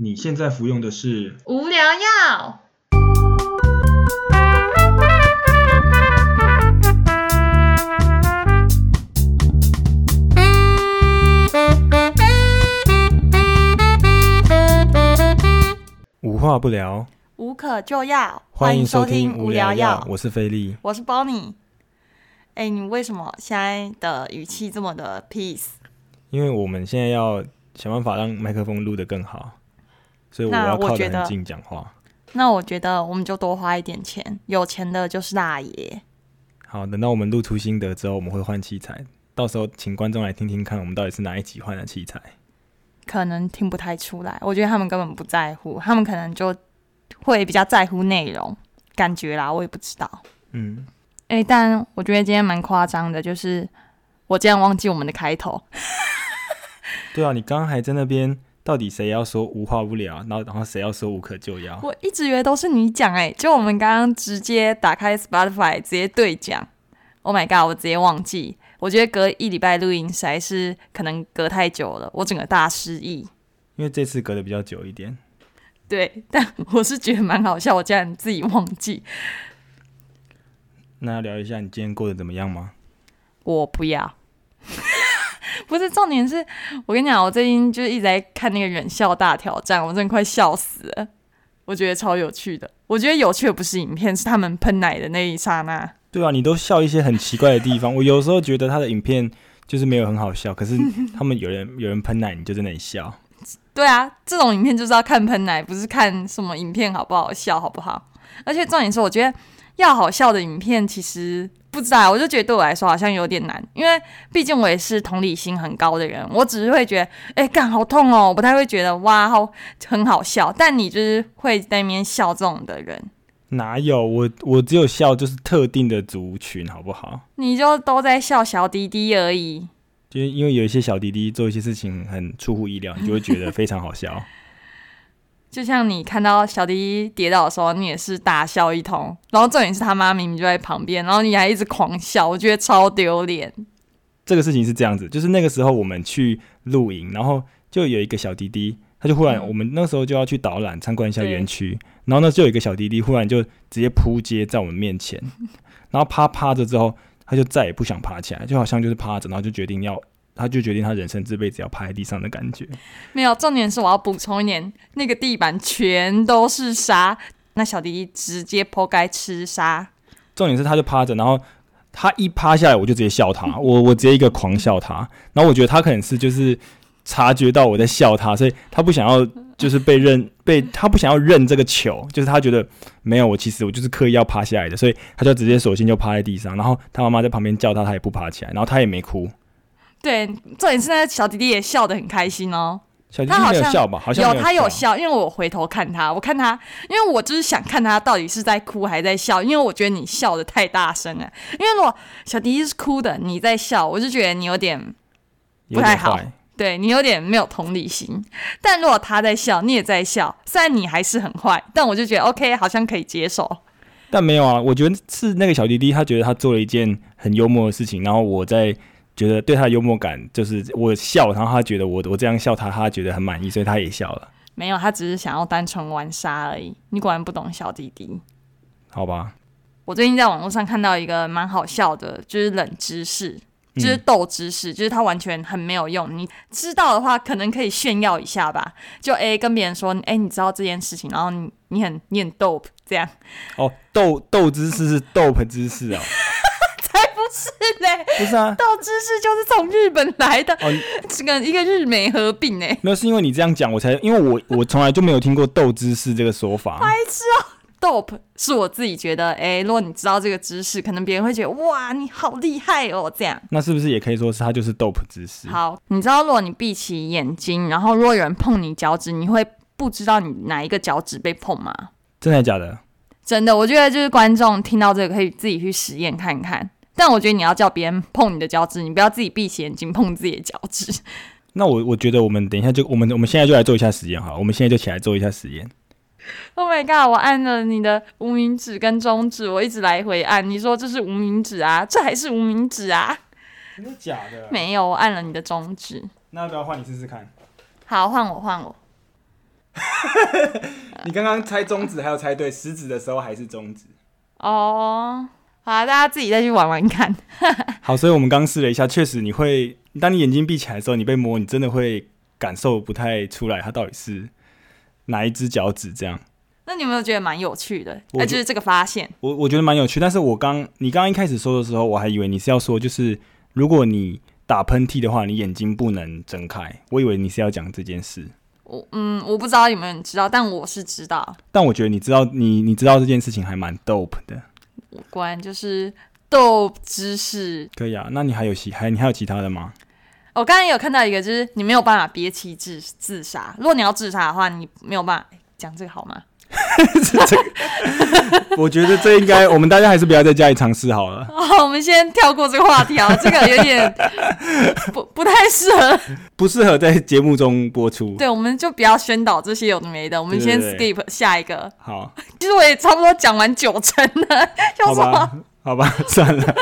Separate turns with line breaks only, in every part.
你现在服用的是
无聊药。
无话不聊，
无可救药，
欢迎收听
无
无
聊
聊
药
药，。我是菲力。
我是 Bonnie。哎、你为什么现在的语气这么的 peace？
因为我们现在要想办法让麦克风录得更好，所以我
那
要
我
靠
觉
得
得
很近讲话。
那我觉得我们就多花一点钱，有钱的就是大爷。
好，等到我们录出心得之后，我们会换器材，到时候请观众来听听看，我们到底是哪一集换的器材。
可能听不太出来，我觉得他们根本不在乎，他们可能就会比较在乎内容，感觉啦，我也不知道。
嗯，
哎、但我觉得今天蛮夸张的，就是我竟然忘记我们的开头。
对啊，你刚刚还在那边，到底谁要说无话不聊，然后然后谁要说无可救药？
我一直以为都是你讲哎、就我们刚刚直接打开 Spotify 直接对讲。Oh my god！我直接忘记，我觉得隔一礼拜录音实在是可能隔太久了，我整个大失忆。
因为这次隔得比较久一点。
对， 但我是觉得蛮好笑，我竟然自己忘记。
那要聊一下你今天过得怎么样吗？
我不要。 不是重点是，我跟你讲，我最近就是一直在看那个《忍笑大挑战》，我真的快笑死了，我觉得超有趣的。我觉得有趣的不是影片，是他们喷奶的那一刹那。
对啊，你都笑一些很奇怪的地方。我有时候觉得他的影片就是没有很好笑，可是他们有人有人喷奶，你就在那里笑。
对啊，这种影片就是要看喷奶，不是看什么影片好不好笑，好不好？而且重点是，我觉得要好笑的影片其实不知道，我就觉得对我来说好像有点难，因为毕竟我也是同理心很高的人，我只是会觉得，哎，干好痛哦，我不太会觉得哇，好很好笑。但你就是会在那边笑这种的人，
哪有我？我只有笑就是特定的族群，好不好？
你就都在笑小滴滴而已。
就是因为有一些小弟弟做一些事情很出乎意料，你就会觉得非常好笑。
就像你看到小迪跌倒的时候，你也是大笑一通，然后重点是他妈明明就在旁边，然后你还一直狂笑，我觉得超丢脸。
这个事情是这样子，就是那个时候我们去露营，然后就有一个小弟弟，他就忽然，
嗯
我们那时候就要去导览参观一下
对
园区，然后那就有一个小弟弟忽然就直接扑街在我们面前，然后趴趴着之后，他就再也不想爬起来，就好像就是趴着，然后就决定要，他就决定他人生这辈子要趴在地上的感觉。
没有，重点是我要补充一点，那个地板全都是沙，那小迪直接剖开吃沙。
重点是他就趴着，然后他一趴下来，我就直接笑他， 我我直接一个狂笑他。然后我觉得他可能是就是察觉到我在笑他，所以他不想要就是被认被他不想要认这个球，就是他觉得没有我其实我就是刻意要趴下来的，所以他就直接索性就趴在地上。然后他妈妈在旁边叫他，他也不爬起来，然后他也没哭。
对，重点是那个小迪迪也笑得很开心哦。
小弟
他好
弟没有
像
笑吧？好像没
他有
有。
笑，因为我回头看他，我看他，因为我就是想看他到底是在哭还是在笑，因为我觉得你笑的太大声了。因为如果小迪迪是哭的，你在笑，我就觉得你有点
有点
不太好
坏
对你有点没有同理心。但如果他在笑，你也在笑，虽然你还是很坏，但我就觉得 OK，好像可以接受。
但没有啊，我觉得是那个小弟弟，他觉得他做了一件很幽默的事情，然后我在觉得对他的幽默感，就是我笑，然后他觉得我我这样笑他，他觉得很满意，所以他也笑了，
没有，他只是想要单纯玩沙而已。你果然不懂小弟弟。
好吧？
我最近在网络上看到一个蛮好笑的，就是冷知识，就是
嗯
斗知识，就是它完全很没有用。你知道的话，可能可以炫耀一下吧。就 A 跟别人说，哎、你知道这件事情，然后你你很你很 dope 这样。
哦，斗斗姿势是 dope 姿势哦，
对嘞，
不是啊？
斗知识就是从日本来的，
哦，
这个一个日美合并哎、
没有，是因为你这样讲，我才因为我我从来就没有听过斗姿势这个说法。
dope 是我自己觉得，哎、如果你知道这个知识，可能别人会觉得哇，你好厉害哦，这样。
那是不是也可以说是他就是 dope 姿势？
好，你知道，如果你闭起眼睛，然后如果有人碰你脚趾，你会不知道你哪一个脚趾被碰吗？
真的假的？
真的，我觉得就是观众听到这个可以自己去实验看看。但我觉得你要叫别人碰你的脚趾，你不要自己闭起眼睛碰自己的脚趾。
那我我觉得我们等一下就我们我们现在就来做一下实验好了，我们现在就起来做一下实验。
Oh my god！我按了你的无名指跟中指，我一直来回按。你说这是无名指啊，这还是无名指啊？
真的假的？
没有，我按了你的中指。
那要不要换你试试看？
好，换我，换我。
你刚刚猜中指还有猜对，食指的时候还是中指。
哦，好啊，大家自己再去玩玩看。
好，所以我们刚试了一下，确实你会，当你眼睛闭起来的时候，你被摸，你真的会感受不太出来它到底是哪一只脚趾这样。
那你有没有觉得蛮有趣的？
我
哎、
觉
就是这个发现，
我我觉得蛮有趣，但是我刚你刚刚一开始说的时候，我还以为你是要说，就是如果你打喷嚏的话，你眼睛不能睁开，我以为你是要讲这件事。
我嗯，我不知道有没有人知道，但我是知道，
但我觉得你知道，你你知道这件事情还蛮 dope 的。
我果然就是豆知识。
可以啊，那你还有其还你还有其他的吗？
我刚才也有看到一个，就是你没有办法憋气自自杀。如果你要自杀的话，你没有办法哎讲、这个好吗？
我觉得这应该我们大家还是不要在家里尝试好了。
哦，我们先跳过这个话 题啊，这个有点不不太适 合。
不适合在节目中播出。
对，我们就不要宣导这些有的没的，我们先
对对
skip 下一个。
好，
其实我也差不多讲完九成 了， 要
好
说
吧，好吧， 算了，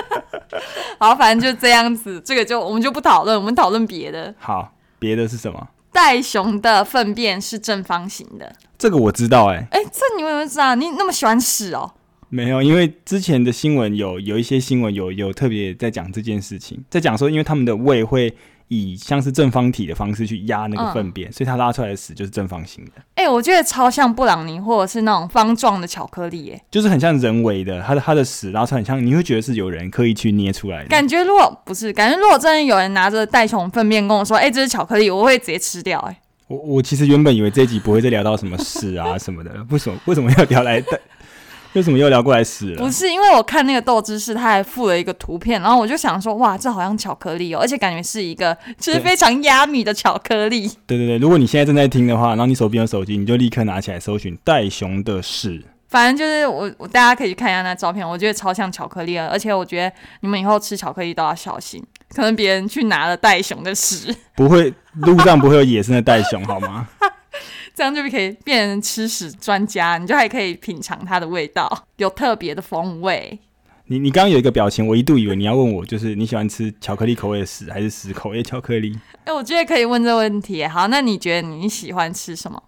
好，反正就这样子，这个就我们就不讨论，我们讨论别的。
好。别的是什么？
袋熊的粪便是正方形的，
这个我知道、哎，
哎，这你有没有知道？你那么喜欢屎哦？
没有，因为之前的新闻有有一些新闻有有特别在讲这件事情，在讲说，因为他们的胃会以像是正方体的方式去压
嗯
那个粪便，所以它拉出来的屎就是正方形的，
哎，我觉得超像布朗尼或者是那种方状的巧克力，哎，
就是很像人为的，它的它的屎拉出来很像，你会觉得是有人刻意去捏出来的。
感觉如果不是，感觉如果真的有人拿着袋熊粪便跟我说，哎，这是巧克力，我会直接吃掉，哎，
我我其实原本以为这一集不会再聊到什么屎啊什么的，为什么为什么要聊来？ 为什么又聊过来屎了
不？是，因为我看那个豆知识，它还附了一个图片，然后我就想说，哇，这好像巧克力哦，而且感觉是一个就是
对
非常压米的巧克力。
对对对，如果你现在正在听的话，然后你手边有手机，你就立刻拿起来搜寻袋熊的屎。
反正就是我，我大家可以去看一下那照片，我觉得超像巧克力的，而且我觉得你们以后吃巧克力都要小心，可能别人去拿了袋熊的屎，
不会，路上不会有野生的袋熊，好吗？
这样就可以变成吃屎专家，你就还可以品尝它的味道，有特别的风味。
你你刚刚有一个表情，我一度以为你要问我，就是你喜欢吃巧克力口味的屎还是屎口味巧克力？
哎、我觉得可以问这个问题耶。好，那你觉得你喜欢吃什么？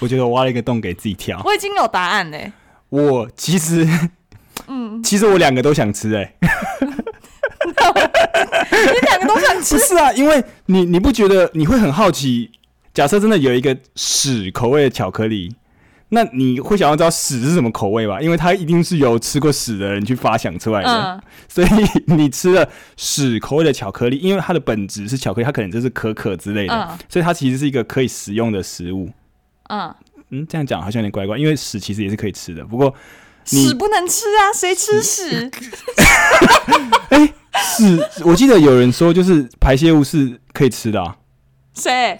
我觉得我挖了一个洞给自己跳。
我已经有答案嘞。
我其实，嗯，其实我两个都想吃、欸，哎，
你两个都想 吃
不，是啊，因为你你不觉得你会很好奇？假设真的有一个屎口味的巧克力，那你会想要知道屎是什么口味吧？因为它一定是由吃过屎的人去发想出来的。
嗯，
所以你吃了屎口味的巧克力，因为它的本质是巧克力，它可能就是可可之类的，
嗯
所以它其实是一个可以食用的食物。
嗯，
嗯，这样讲好像有点怪怪，因为屎其实也是可以吃的。不过你
屎不能吃啊，谁吃屎？
屎， 我记得有人说就是排泄物是可以吃的、啊。
谁？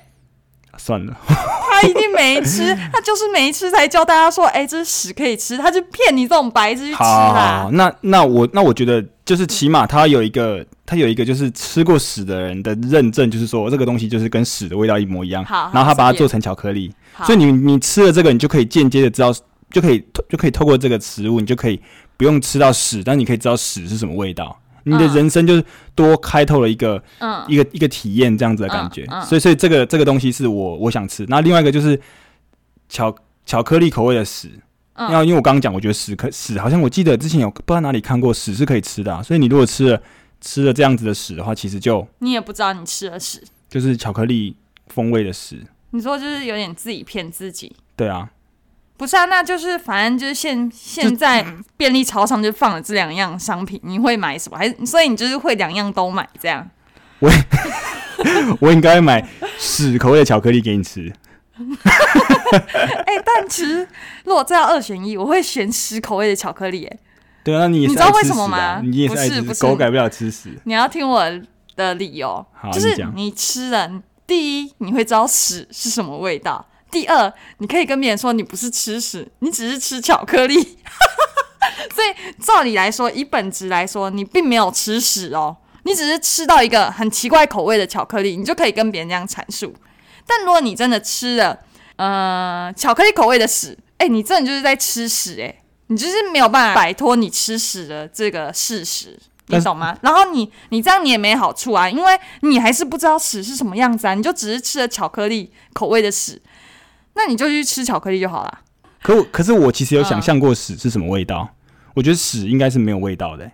算了，
他一定没吃，他就是没吃才叫大家说，哎、这是屎可以吃，他就骗你这种白痴去吃
好，好
啦
好。那那我那我觉得就是起码它有一个，它有一个就是吃过屎的人的认证，就是说这个东西就是跟屎的味道一模一样，
好好
然后他把它
随便
做成巧克力，
好
所以你你吃了这个，你就可以间接的知道，就可以就可以透过这个食物，你就可以不用吃到屎，但你可以知道屎是什么味道。你的
嗯
人生就是多开透了一个、
嗯，
一个一个体验这样子的感觉，
嗯嗯
所以所以这个这个东西是我我想吃。那另外一个就是巧巧克力口味的屎，
嗯
那、因为我刚刚讲，我觉得屎可屎好像我记得之前有不知道哪里看过屎是可以吃的、啊，所以你如果吃了吃了这样子的屎的话，其实就
你也不知道你吃了屎，
就是巧克力风味的屎，
你说就是有点自己骗自己。
对啊，
不是啊，那就是反正就是现现在便利超商就放了这两样商品，你会买什么？还是所以你就是会两样都买这样？
我应该买屎口味的巧克力给你吃。
哎、但其实如果这要二选一，我会选屎口味的巧克力、哎，
对啊，那你也是
你知道
爱吃
为什么
屎的啊
吗
你也是爱
不
吃
是
屎，狗改不了吃屎。
你要听我的理由
好，
就
你
是
讲
你吃了，第一你会知道屎是什么味道，第二你可以跟别人说你不是吃屎，你只是吃巧克力。 所以照理来说，以本质来说，你并没有吃屎哦，你只是吃到一个很奇怪口味的巧克力，你就可以跟别人这样阐述。但如果你真的吃了，呃，巧克力口味的屎，哎、你真的就是在吃屎、哎，你就是没有办法摆脱你吃屎的这个事实。
但
你
是
懂吗？然后你你这样你也没好处啊，因为你还是不知道屎是什么样子啊，你就只是吃了巧克力口味的屎，那你就去吃巧克力就好了。
可我可是我其实有
嗯
想象过屎是什么味道，我觉得屎应该是没有味道的、欸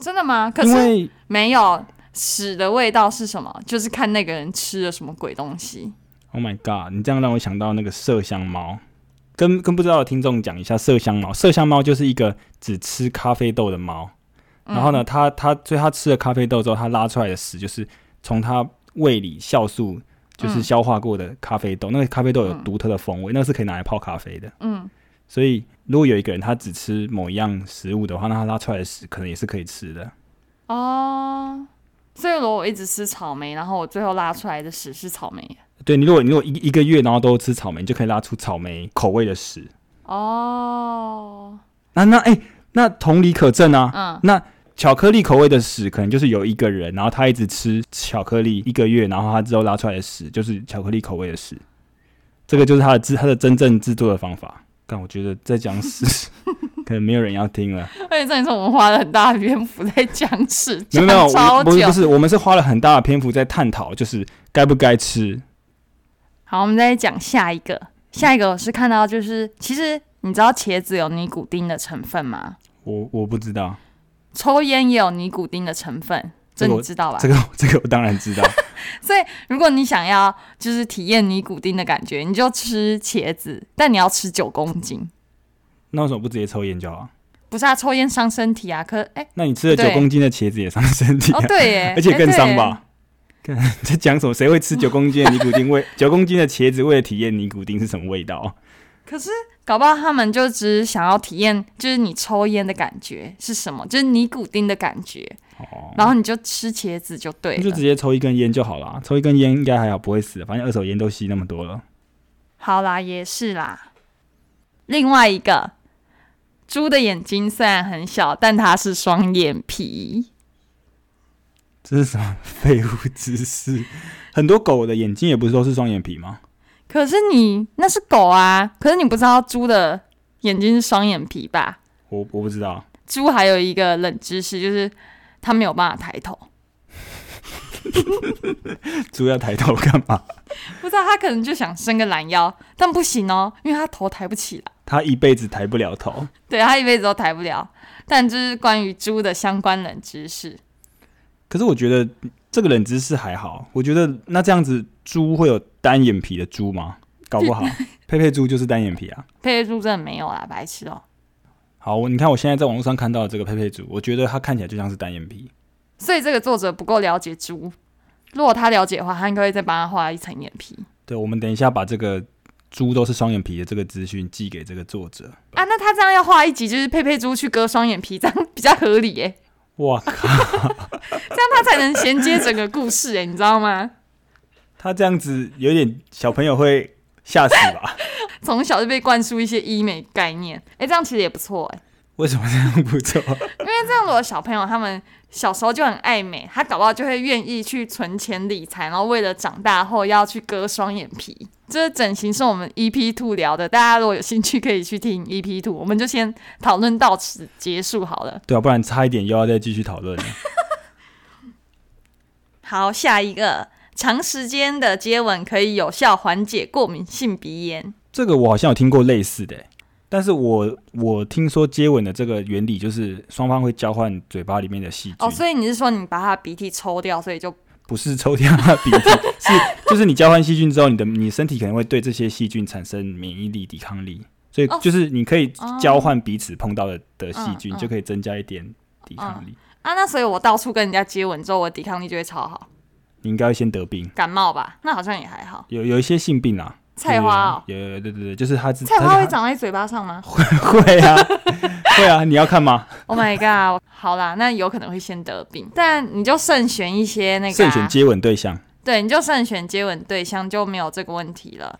真的吗？可
因
是
为
没有屎的味道是什么？就是看那个人吃了什么鬼东西。
Oh my god！你这样让我想到那个麝香猫，跟跟不知道的听众讲一下麝香猫。麝香猫就是一个只吃咖啡豆的猫，
嗯
然后呢，它它所以它吃了咖啡豆之后，它拉出来的屎就是从它胃里酵素就是
嗯
消化过的咖啡豆，那个咖啡豆有
嗯
独特的风味，那个是可以拿来泡咖啡的。
嗯，
所以如果有一个人他只吃某一样食物的话，那他拉出来的屎可能也是可以吃的。
哦，所以如果我一直吃草莓，然后我最后拉出来的屎是草莓。
对你，如果你如果一一个月然后都吃草莓，你就可以拉出草莓口味的屎。
哦，
那那哎、那同理可证啊。
嗯，
那巧克力口味的屎，可能就是有一个人，然后他一直吃巧克力一个月，然后他之后拉出来的屎就是巧克力口味的屎。这个就是他的制他的真正制作的方法。但我觉得在 讲屎，可能没有人要听了。
而且这也是我们花了很大的篇幅在讲屎，
没
讲
有没有，
超
我不是
久
不。是，我们是花了很大的篇幅在探讨，就是该不该吃。
好，我们再讲下一个，下一个我是看到就是，其实你知道茄子有尼古丁的成分吗？
我我不知 道，
抽烟也有尼古丁的成分，这
这个
你
我
知道吧？
这个这个我当然知道。
所以如果你想要就是体验尼古丁的感觉，你就吃茄子，但你要吃九公斤。
那为什么不直接抽烟就好？
不是啊，抽烟伤身体啊，可哎、
那你吃了九
对
公斤的茄子也伤身体、啊
哦对耶，
而且更伤
哎？对耶
吧？看 在讲什么？谁会吃九公斤的尼古丁味？九公斤的茄子为了体验尼古丁是什么味道？
可是搞不好他们就只是想要体验，就是你抽烟的感觉是什么，就是尼古丁的感觉，
哦，
然后你就吃茄子就对
你就
了
直。接抽一根烟就好啦，抽一根烟应该还好，不会死。反正二手烟都吸那么多了。
好啦，也是啦。另外一个，猪的眼睛虽然很小，但它是双眼皮。
这是什么废物知识？很多狗的眼睛也不是都是双眼皮吗？
可是你那是狗啊，可是你不知道猪的眼睛是双眼皮吧？
我我不知道，
猪还有一个冷知识，就是它没有办法抬头。
猪要抬头干嘛？
不知道它可能就想伸个懒腰，但不行哦，因为它头抬不起来，
它一辈子抬不了头。
对，它一辈子都抬不了。但这是关于猪的相关冷知识。
可是我觉得这个冷知识还好。我觉得那这样子，猪会有单眼皮的猪吗？搞 不好佩佩猪就是单眼皮啊。
佩佩猪真的没有啦，白痴哦、
好，我你看我现在在网络上看到的这个佩佩猪，我觉得它看起来就像是单眼皮。
所以这个作者不够了解猪。如果他了解的话，他应该会再帮他画一层眼皮
对，我们等一下把这个猪都是双眼皮的这个资讯寄给这个作者。
啊。那他这样要画一集，就是佩佩猪去割双眼皮，这样 比较合理耶、
哇靠，
这样他才能衔接整个故事耶、你知道吗？
他这样子有点小朋友会吓死吧？
从小就被灌输一些医美概念，哎、这样其实也不错哎、
为什么这样不做？
这样如果小朋友他们小时候就很爱美，他搞不好就会愿意去存钱理财，然后为了长大后要去割双眼皮。这整形是我们 EP Two 聊的，大家如果有兴趣可以去听 EP Two，我们就先讨论到此结束好了。
对啊，不然差一点又要再继续讨论了。
好，下一个，长时间的接吻可以有效缓解过敏性鼻炎。
这个我好像有听过类似的欸、但是我我听说接吻的这个原理就是双方会交换嘴巴里面的细菌，
哦，所以你是说你把他的鼻涕抽掉，所以就
不是抽掉它的鼻涕， 是就是你交换细菌之后，你的你身体可能会对这些细菌产生免疫力、抵抗力，所以
哦
就是你可以
哦
交换彼此碰到的的细菌，
嗯嗯
就可以增加一点抵抗力。
啊？那所以我到处跟人家接吻之后，我抵抗力就会超好，
你应该会先得病，
感冒吧？那好像也还好。
有有一些性病啊，
菜花哦，
有有有对对对，就是它是
菜花会
它
长在嘴巴上吗
会啊会啊， 你要看吗？
？Oh my god！好啦，那有可能会先得病，但你就慎选一些那个、
慎
啊，
选接吻对象，
对，你就慎选接吻对象就没有这个问题了。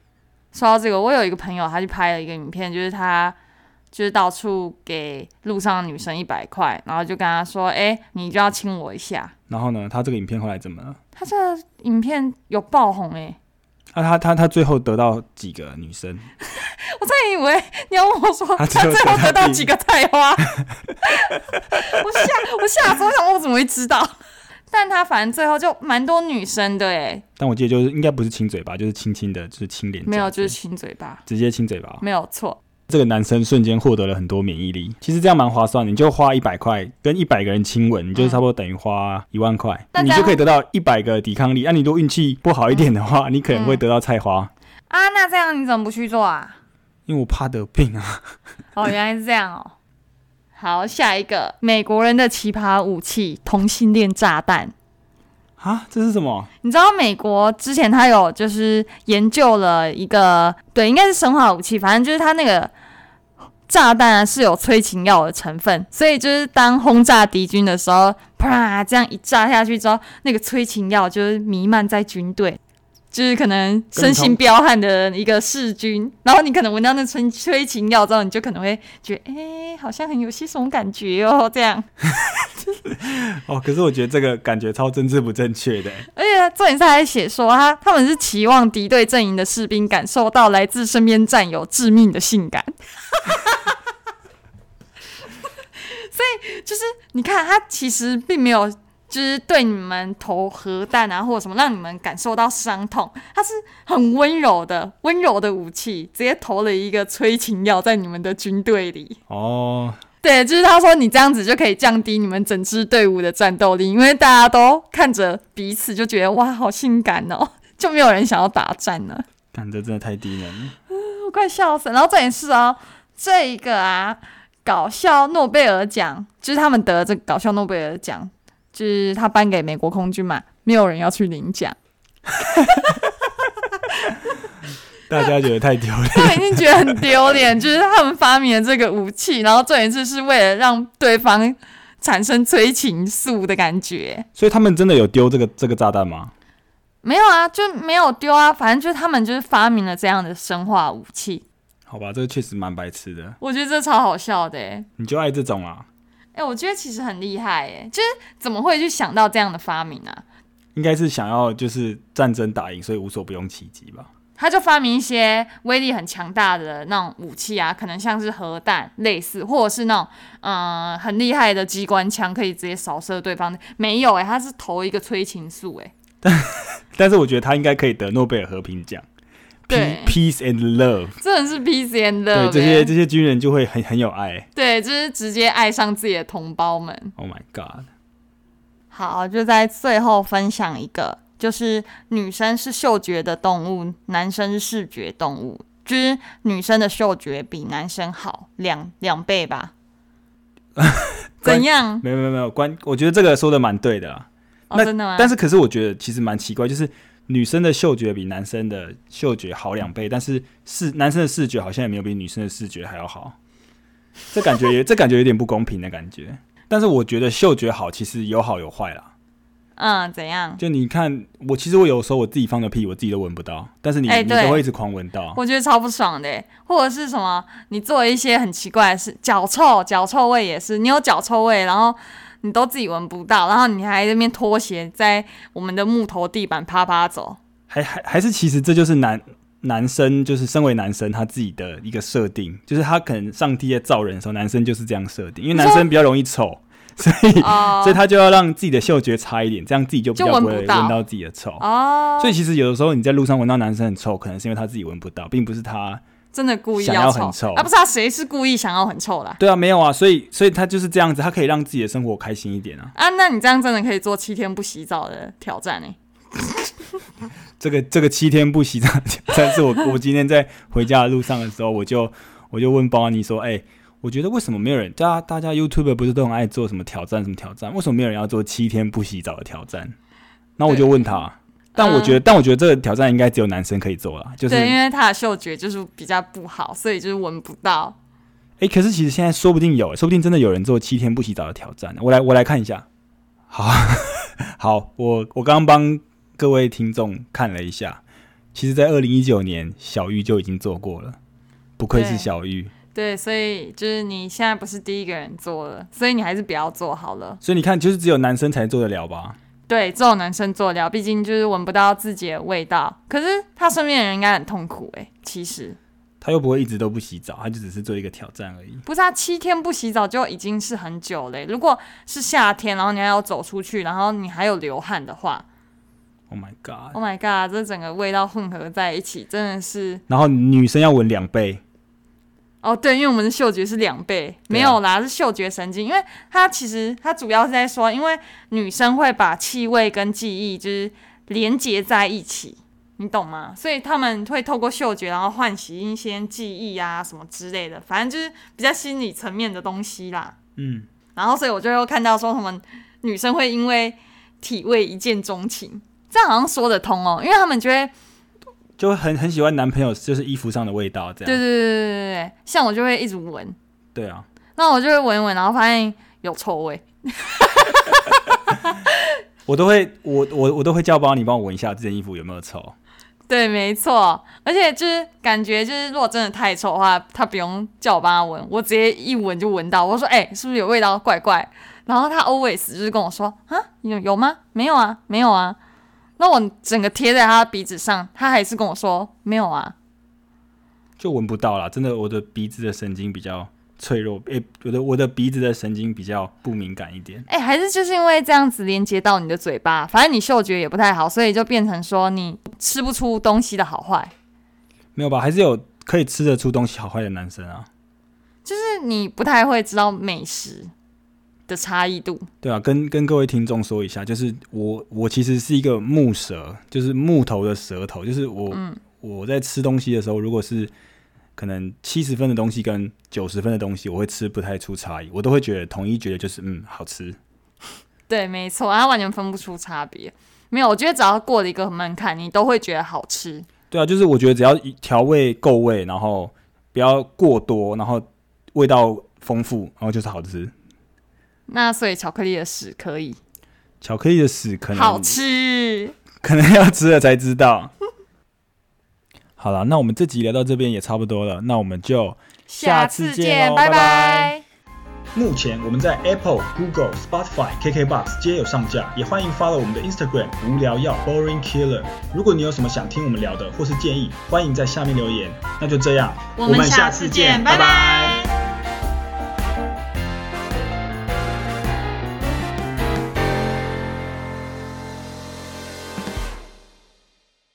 说到这个，我有一个朋友，他去拍了一个影片，就是他就是到处给路上的女生一百块，然后就跟她说：“哎、你就要亲我一下。
然后呢，他这个影片后来怎么了？”
他这影片有爆红哎、
那、啊他他他最后得到几个女生？
我真以为你要问我说
他最
他
后
最后
得
得
到
到
第一
几个菜花， 我吓我吓死，我想我怎么会知道？但他反正最后就蛮多女生的哎，
但我记得就是应该不是亲嘴巴，就是轻轻的，就是亲脸颊，
没有哦就是亲嘴巴，
直接亲嘴巴。哦
没有错。
这个男生瞬间获得了很多免疫力，其实这样蛮划算的，你就花一百块跟一百个人亲吻，你就差不多等于花一万块，
那
你
这样
就可以得到一百个抵抗力。啊那、你如果运气不好一点的
嗯
话，你可能会得到菜花，
啊，那这样你怎么不去做啊？
因为我怕得病啊。
哦，原来是这样哦。 好，下一个美国人的奇葩武器——同性恋炸弹。嗯
啊，这是什么？
你知道美国之前他有就是研究了一个，对，应该是生化武器，反正就是他那个炸弹啊是有催情药的成分，所以就是当轰炸敌军的时候， 啪这样一炸下去之后，那个催情药就是弥漫在军队。就是可能身心彪悍的一个士军，然后你可能闻到那催催情药之后，你就可能会觉得，哎、好像很有些什么感觉哦，这样。
哦，可是我觉得这个感觉超政治不正确的。
而且重点是他还写说，他他们是期望敌对阵营的士兵感受到来自身边战友致命的性感。 所以就是你看，他其实并没有就是对你们投核弹啊或者什么让你们感受到伤痛，他是很温柔的温柔的武器，直接投了一个催情药在你们的军队里。
哦，
对，就是他说你这样子就可以降低你们整支队伍的战斗力，因为大家都看着彼此就觉得哇，好性感哦，就没有人想要打战了，
感这真的太低能了。
我快笑死了。然后这也是哦，这一个啊，搞笑诺贝尔奖，就是他们得这个搞笑诺贝尔奖，就是他颁给美国空军嘛，没有人要去领奖，
大家觉得太丢脸。
他们已经觉得很丢脸， 就是他们发明了这个武器，然后这一次是为了让对方产生催情素的感觉。
所以他们真的有丢这个这个炸弹吗？
没有啊，就没有丢啊，反正就是他们就是发明了这样的生化武器，
好吧，这个确实蛮白痴的。
我觉得这超好笑的、欸。
你就爱这种啊？
哎、我觉得其实很厉害哎、就是怎么会去想到这样的发明啊？
应该是想要就是战争打赢，所以无所不用其极吧？
他就发明一些威力很强大的那种武器啊，可能像是核弹类似，或者是那种嗯、呃很厉害的机关枪，可以直接扫射对方。没有哎、他是投一个催情素哎、
但是我觉得他应该可以得诺贝尔和平奖。
对
P-，peace and love，
真的是 P C N
对
的
这些这些军人就会很很有爱。
对，就是直接爱上自己的同胞们。
Oh my god！
好，就在最后分享一个，就是女生是嗅觉的动物，男生是视觉动物，就是女生的嗅觉比男生好两两 倍吧？怎样？
没有没有没有关，我觉得这个说的蛮对的啦。
哦，真的吗？
但是可是我觉得其实蛮奇怪，就是女生的嗅觉比男生的嗅觉好两倍，但是视男生的视觉好像也没有比女生的视觉还要好，这感觉也 这感觉有点不公平的感觉。但是我觉得嗅觉好其实有好有坏啦。
嗯，怎样？
就你看，我其实我有时候我自己放的屁，我自己都闻不到，但是你、
哎
你
对
都会一直狂闻到。
我觉得超不爽的欸，或者是什么？你做一些很奇怪的事，脚臭，脚臭味也是，你有脚臭味，然后你都自己闻不到，然后你还在那边拖鞋在我们的木头地板啪啪走，
还还还是其实这就是男男生，就是身为男生他自己的一个设定，就是他可能上帝在造人的时候，男生就是这样设定，因为
你
男
说
生比较容易丑，所以、
哦
所以他就要让自己的嗅觉差一点，这样自己就比较
就
不
闻
会
不
闻
到
到自己的臭。
哦，
所以其实有的时候你在路上闻到男生很臭，可能是因为他自己闻不到，并不是他。
真的故意
想要
臭
很臭
啊？不是啊，谁是故意想要很臭啦？
对啊，没有啊，所以所以他就是这样子，他可以让自己的生活开心一点啊。
啊，那你这样真的可以做七天不洗澡的挑战呢、欸
这个这个七天不洗澡，但是我 我今天在回家的路上的时候，我就我就问保安你说，哎、我觉得为什么没有人，大家大家 YouTube 不是都很爱做什么挑战什么挑战，为什么没有人要做七天不洗澡的挑战？那我就问他，但我觉得、但我觉得这个挑战应该只有男生可以做啦，就是
呃对，因
哎、
为他的嗅觉就是比较不好，所以就是闻不到。
可是其实现在说不定有、说不定真的有人做七天不洗澡的挑战，我来我来看一下，好 好，我我刚刚帮各位听众看了一下，其实，在二零一九年小玉就已经做过了，不愧是
对
小玉。
对，所以就是你现在不是第一个人做了，所以你还是不要做好了。
所以你看，就是只有男生才做得了吧？
对这种男生做掉，毕竟就是闻不到自己的味道。可是他身边的人应该很痛苦哎、其实
他又不会一直都不洗澡，他就只是做一个挑战而已。
不是他啊七天不洗澡就已经是很久嘞、如果是夏天，然后你还要走出去，然后你还有流汗的话
Oh my god！
，Oh my god，这整个味道混合在一起，真的是
然后女生要闻两倍，
哦，对，因为我们的嗅觉是两倍，没有啦，是嗅觉神经。因为它其实它主要是在说，因为女生会把气味跟记忆就是连接在一起，你懂吗？所以他们会透过嗅觉，然后唤醒一些记忆啊什么之类的，反正就是比较心理层面的东西啦。
嗯，
然后所以我就又看到说什么女生会因为体味一见钟情，这样好像说得通哦，因为他们觉得
就会很很喜欢男朋友就是衣服上的味道这
对对
样。
对对对对，像我就会一直闻。
对啊，
那我就会闻一闻，然后发现有臭味。
我都会我我我都会叫包你帮我闻一下这件衣服有没有臭。
对，没错，而且就是感觉就是，如果真的太臭的话，他不用叫我帮他闻，我直接一闻就闻到。我说：“哎、是不是有味道？怪怪。”然后他 always 就是跟我说：“啊，有有吗？没有啊，没有啊。”那我整个贴在他的鼻子上，他还是跟我说：“没有啊。
就闻不到啦，真的，我的鼻子的神经比较脆弱，诶、我的我的鼻子的神经比较不敏感一点。
哎，还是就是因为这样子连接到你的嘴巴，反正你嗅觉也不太好，所以就变成说你吃不出东西的好坏。
没有吧？还是有可以吃得出东西好坏的男生啊，
就是你不太会知道美食的差异度。
对啊，跟跟各位听众说一下，就是我我其实是一个木舌，就是木头的舌头，就是我、我在吃东西的时候，如果是可能七十分的东西跟九十分的东西，我会吃不太出差异，我都会觉得统一觉得就是嗯好吃。
对，没错，它完全分不出差别。没有，我觉得只要过了一个门槛，你都会觉得好吃。
对啊，就是我觉得只要调味够味，然后不要过多，然后味道丰富，然后就是好吃。
那所以巧克力的屎可以
巧克力的屎可能
好吃。
可能要吃了才知道。好了，那我们这集聊到这边也差不多了，那我们就下次见哦
拜
拜拜
拜
目前我们在 Apple、Google、Spotify、KKBox 皆有上架，也欢迎 follow 我们的 Instagram 无聊药 Boring Killer。如果你有什么想听我们聊的或是建议，欢迎在下面留言。那就这样，
我们下次见拜拜